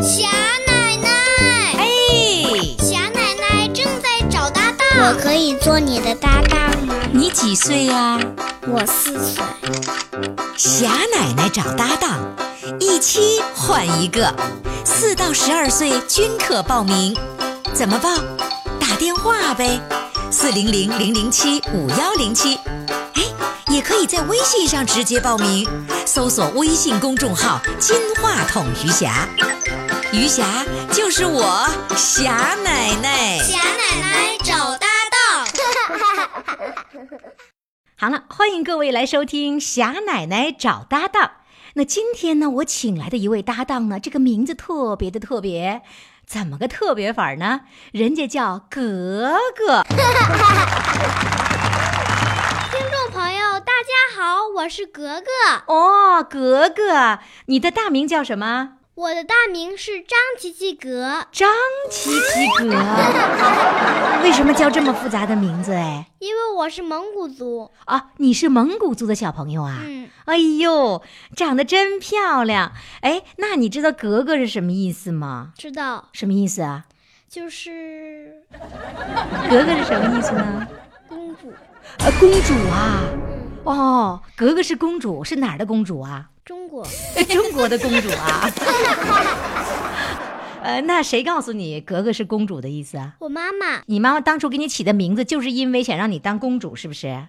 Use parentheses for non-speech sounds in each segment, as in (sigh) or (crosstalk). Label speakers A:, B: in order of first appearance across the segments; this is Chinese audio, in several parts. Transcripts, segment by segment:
A: 霞奶奶，哎，霞奶奶正在找搭档，我可以做你的搭档吗？
B: 你几岁呀、
A: 我四岁，
B: 霞奶奶找搭档，一期换一个，四到十二岁均可报名。怎么报？打电话呗，四零零零零七五幺零七。哎，也可以在微信上直接报名，搜索微信公众号“金话筒余霞”，余霞就是我霞奶奶。
A: 霞奶奶找搭档。
B: (laughs) 好了，欢迎各位来收听霞奶奶找搭档。那今天呢，我请来的一位搭档呢，这个名字特别的特别，怎么个特别法儿呢？人家叫格格。
A: 听众朋友，大家好，我是格格，
B: 哦，格格，你的大名叫什么？
A: 我的大名是张琪琪格，
B: 张琪琪
A: (laughs)
B: 格。为什么叫这么复杂的名字？哎，
A: 因为我是蒙古族。
B: 啊，你是蒙古族的小朋友啊？
A: 嗯，
B: 哎呦，长得真漂亮！哎，那你知道“格格”是什么意思吗？
A: 知道，
B: 什么意思啊？
A: 就是
B: 格格是什么意思呢？
A: 公主，
B: (laughs) 呃，公主啊。
A: 嗯，
B: 哦，格格是公主，是哪儿的公主啊？ (laughs)
A: 中国。 (laughs)
B: 中国的公主啊。呃，那谁告诉你格格是公主的意思啊？
A: 我妈妈，
B: 你妈妈当初给你起的名字，就是因为想让你当公主，是不是？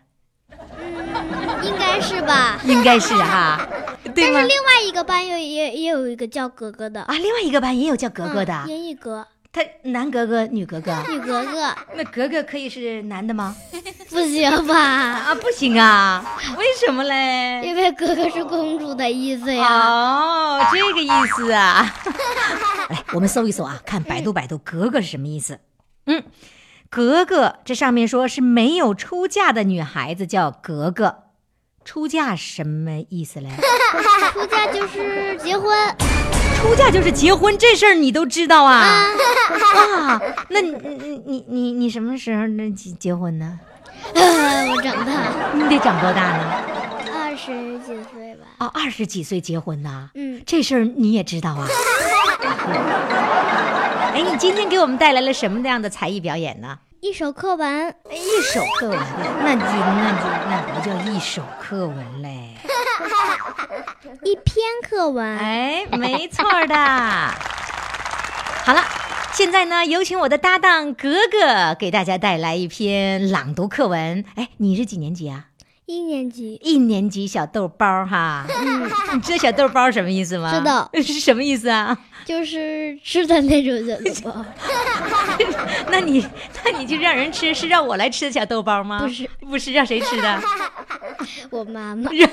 A: 嗯，应该是吧。
B: 应该是哈、 (laughs) 对
A: 但
B: 吗
A: 是？另外一个班又也也有一个叫格格的，
B: 啊，另外一个班也有叫格格的，啊
A: 嗯音译格，
B: 他男格格、女格格。
A: 女格格，
B: 那格格可以是男的吗？
A: 不行吧？
B: 啊，不行啊，为什么嘞？
A: 因为格格是公主的意思呀。
B: 哦，这个意思啊。来，我们搜一搜啊，看百度百度“格格”是什么意思。嗯，格格这上面说是没有出嫁的女孩子叫格格，出嫁什么意思嘞？
A: (laughs) 出嫁就是结婚，
B: 出嫁就是结婚这事儿你都知道啊？啊，那你你你你你什么时候那结结婚呢？
A: 我长大
B: 你得长多大呢？
A: 二十几岁吧。
B: 啊，二十几岁结婚呐、
A: 嗯，
B: 这事儿你也知 (laughs) 道啊？哎，你今天给我们带来了什么样的才艺表演呢？
A: 一首课文，
B: 哎一首课文，那你那你那不叫一首课文 (laughs) 嘞？
A: 一篇课文。
B: 哎，没错儿的。好了，现在呢，有请我的搭档格格给大家带来一篇朗读课文。哎，你是几年级啊？
A: 一年级，
B: 一年级小豆包儿 (laughs) 哈。嗯，你知道小豆包儿什么意思吗？
A: 知道
B: (laughs) 是什么意思啊？
A: 就是吃的那种 (laughs) 小豆包，
B: 那你 (laughs) 那你就让人吃，是让我来吃的小豆包吗？
A: 不是，
B: 不是让谁吃的？ (laughs)
A: 我妈妈。
B: 让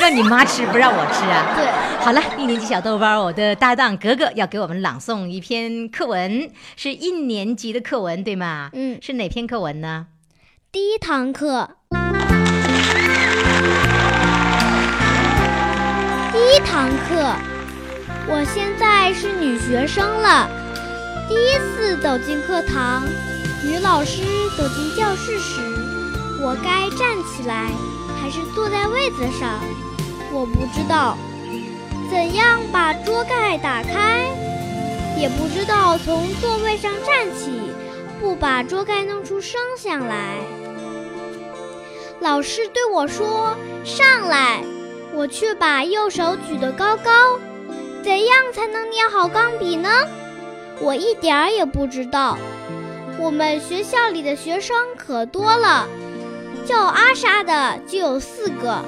B: 让你妈吃，不让我吃啊？
A: 对，
B: 好了，一年级小豆包，我的搭档格格要给我们朗诵一篇课文，是一年级的课文，对吗？
A: 嗯
B: 是哪篇课文呢？
A: 第一堂课，第一堂课，我现在是女学生了，第一次走进课堂，女老师走进教室时，我该站起来还是坐在位子上？我不知道，怎样把桌盖打开，也不知道从座位上站起。不把桌盖弄出声响来。老师对我说：“上来。”我却把右手举得高高。怎样才能捏好钢笔呢？我一点儿也不知道。我们学校里的学生可多了，叫阿莎的就有四个，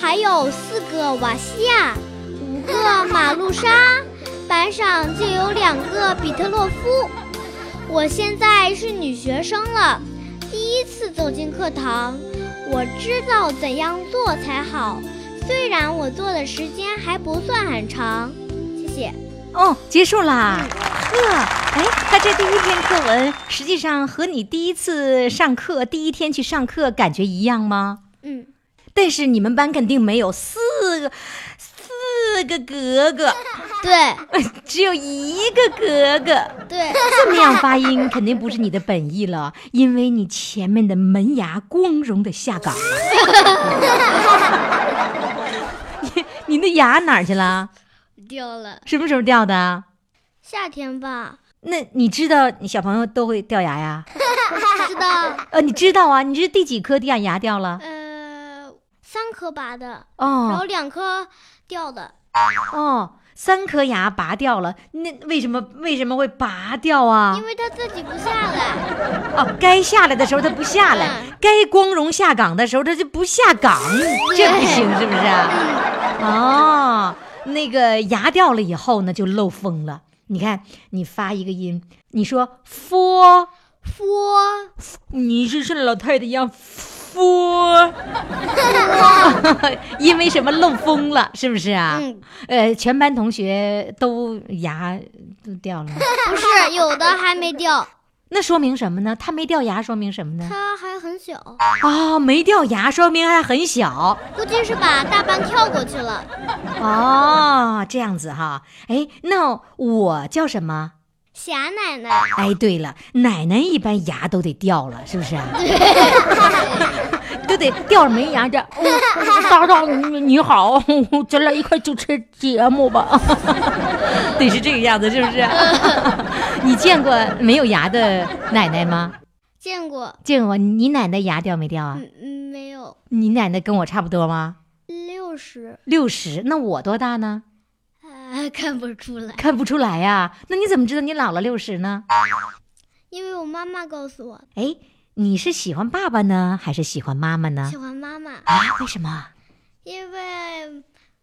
A: 还有四个瓦西亚，五个马路莎，班上就有两个比特洛夫。我现在是女学生了，第一次走进课堂，我知道怎样做才好。虽然我做的时间还不算很长，谢谢。
B: 哦，结束啦。呵，哎，他这第一篇课文实际上和你第一次上课第一天去上课感觉一样吗？
A: 嗯，
B: 但是你们班肯定没有四个四个格格，
A: 对
B: (laughs) 只有一个格格。
A: (laughs) 对，
B: 这么样发音肯定不是你的本意了，因为你前面的门牙光荣的下岗 (laughs) 了。你你的牙哪儿去了？
A: 掉了，
B: 什么时候掉的？
A: 夏天吧。
B: 那你知道小朋友都会掉牙呀？
A: 知道，
B: 呃，你知道啊？你是第几颗掉牙掉了？
A: 呃，三颗拔的，然后
B: 哦
A: 两颗掉的，
B: 哦，三颗牙拔掉了，那为什么为什么会拔掉啊
A: 因？为它自己不下来。
B: 哦，该下来的时候它不下来，该光荣下岗的时候它就不下岗，这不行是不是啊？哦，那个牙掉了以后呢，就漏风了。你看，你发一个音，你说“佛
A: 佛”，
B: 你是像老太太一样“佛”， (laughs) 因为什么漏风了，是不是啊？
A: (laughs) (laughs) 嗯，
B: 呃，全班同学都牙都掉了吗，
A: 不是，有的还没掉，
B: 那说明什么呢？他没掉牙，说明什么呢？
A: 它还很小，
B: 啊、没掉牙，说明还很小。
A: 估计是把大班跳过去了。
B: 哦，这样子哈。哎，那我叫什么？
A: 霞奶奶，
B: 哎，对了，奶奶一般牙都得掉了，是不是啊？都得掉了没牙这。哦大大，你你好，咱俩一块主持节目吧。得是这个样子，是不是？你见过没有牙的奶奶吗？
A: 见过，
B: 见过。你奶奶牙掉没掉啊？
A: 嗯嗯，没有
B: 你奶奶跟我差不多吗？
A: 六十，
B: 六十。那我多大呢？
A: 啊， (laughs) 看不出来，
B: 看不出来呀、那你怎么知道你老了六十呢？
A: 因为我妈妈告诉我，
B: 哎，你是喜欢爸爸呢，还是喜欢妈妈呢
A: 喜？欢妈妈，
B: 啊，为什么？
A: 因为，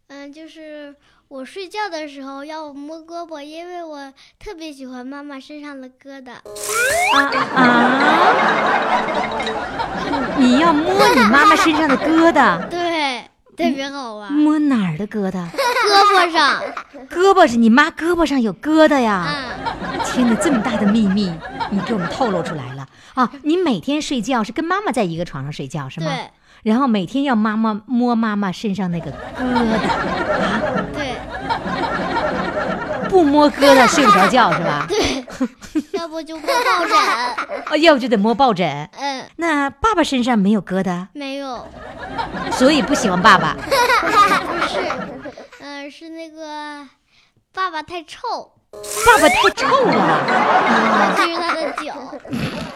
A: 嗯、就是我睡觉的时候要摸胳膊，因为我特别喜欢妈妈身上的疙瘩。
B: 啊！ (laughs) 你要摸你妈妈身上的疙瘩，
A: 对，特别好玩。
B: 摸哪儿的疙瘩？
A: 胳膊上，
B: 胳膊是你妈胳膊上有疙瘩呀！
A: 嗯，
B: (laughs) 天哪，这么大的秘密，你给我们透露出来了啊！你每天睡觉是跟妈妈在一个床上睡觉是吗？
A: 对
B: 然后每天要妈妈摸妈妈身上那个疙
A: 对
B: 瘩，不摸疙瘩睡不着觉是
A: (laughs)
B: 吧？
A: 对，要不就摸抱枕。
B: 哦，要不就得摸抱枕。
A: 嗯，
B: 那爸爸身上没有疙瘩，
A: 没有，
B: 所以不喜欢爸爸。
A: 不是，嗯、是那个爸爸太臭，
B: 爸爸太臭了。
A: 尤其是他的脚。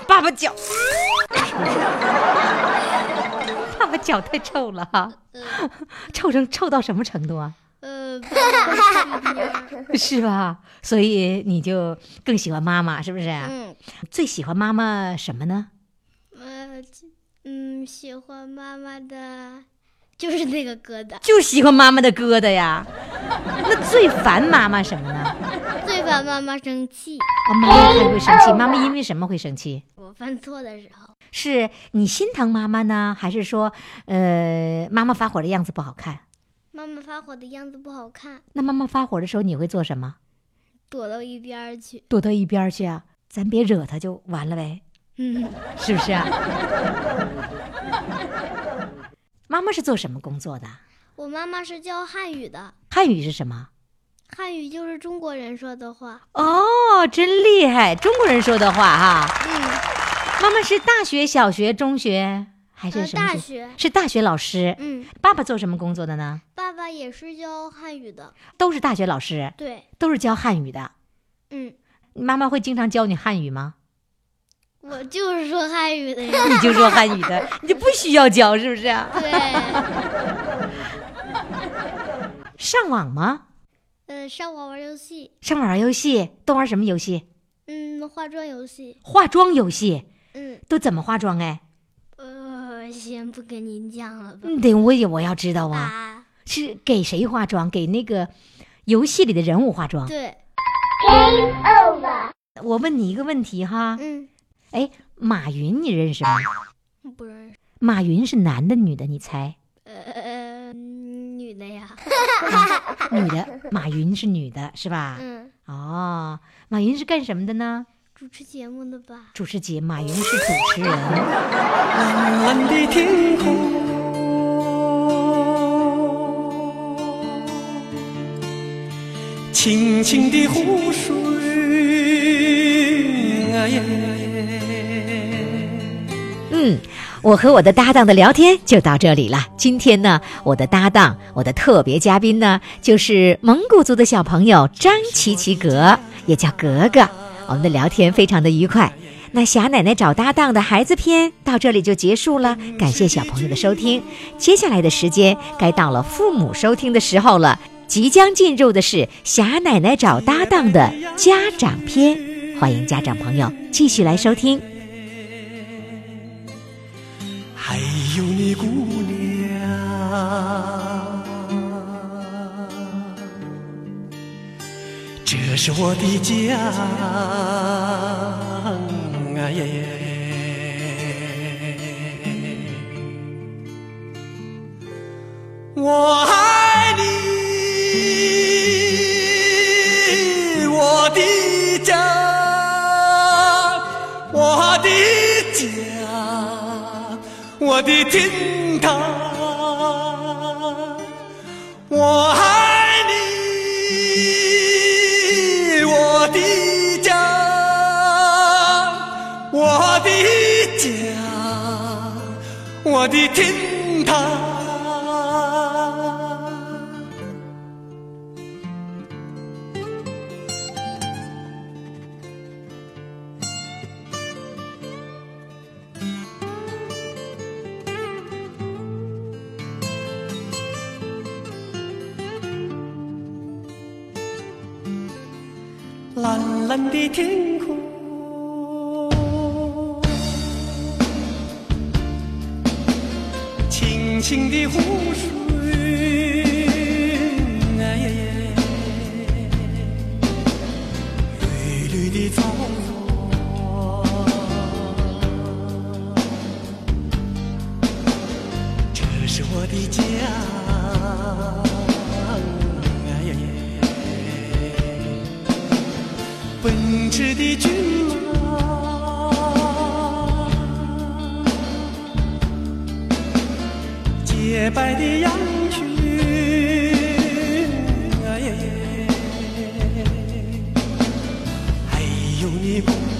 B: 爸爸脚，爸爸脚太臭了哈，
A: 嗯
B: 臭成臭到什么程度啊？
A: 呃，爸爸是女儿
B: 是吧？所以你就更喜欢妈妈，是不是啊？
A: 嗯
B: 最喜欢妈妈什么呢？
A: 呃嗯，喜欢妈妈的，就是那个疙瘩。
B: 就喜欢妈妈的疙瘩呀。那最烦妈妈什么呢？啊、
A: 最烦妈妈生气，
B: 妈妈会不会生气？妈妈因为什么会生气？
A: 我犯错的时候，
B: 是你心疼妈妈呢，还是说，呃，妈妈发火的样子不好看？
A: 妈妈发火的样子不好看，
B: 那妈妈发火的时候你会做什么？
A: 躲到一边儿去。
B: 躲到一边儿去啊？咱别惹她就完了呗。
A: 嗯，
B: 是不是啊？ (laughs) 妈妈是做什么工作的？
A: 我妈妈是教汉语的，
B: 汉语是什么？
A: 汉语就是中国人说的话。
B: 哦，真厉害，中国人说的话哈、
A: 嗯，
B: 妈妈是大学、小学、中学还是
A: 呃，
B: 什么
A: 大
B: 学？
A: 学，
B: 是大学老师。
A: 嗯，
B: 爸爸做什么工作的呢？
A: 爸爸也是教汉语的，
B: 都是大学老师，
A: 对，
B: 都是教汉语的。
A: 嗯，
B: 妈妈会经常教你汉语吗？
A: 我就是说汉语的呀。 (laughs)
B: 你就说汉语的，你就不需要教，是不是啊？
A: 对，
B: 上网吗？
A: 呃，上网玩游戏，
B: 上网玩游戏都玩什么游戏？
A: 嗯，化妆游戏，
B: 化妆游戏
A: 嗯，
B: 都怎么化妆？哎，
A: 呃，先不跟您讲了吧。
B: 嗯得我也我要知道啊。
A: 啊，
B: 是给谁化妆？给那个游戏里的人物化妆。
A: 对，
B: 我问你一个问题哈，
A: 嗯，
B: 哎，马云你认识吗？
A: 不认识，
B: 马云是男的女的？你猜？
A: 呃，嗯女的呀，
B: 女的，马云是女的是吧？
A: 嗯，
B: 哦，马云是干什么的呢？
A: 主持节目的吧？
B: 主持节，马云是主持人。
C: 蓝蓝的天空，清清的湖水，哎呀
D: 嗯，我和我的搭档的聊天就到这里了。今天呢，我的搭档，我的特别嘉宾呢，就是蒙古族的小朋友张琪琪格，
B: 也叫格格。我们的聊天非常的愉快。那霞奶奶找搭档的孩子篇到这里就结束了，感谢小朋友的收听。接下来的时间该到了父母收听的时候了，即将进入的是霞奶奶找搭档的家长篇，欢迎家长朋友继续来收听。
C: 还有你姑娘，这是我的家啊耶耶。我爱你，我的家，我的家，我的天堂。我爱你，我的家，我的家，我的天堂。蓝蓝的天空，清清的湖水，哎呀呀，绿绿的草原，这是我的家。哎呀呀。奔驰的骏马，洁白的羊群，啊哎呀呀，还有你不。啊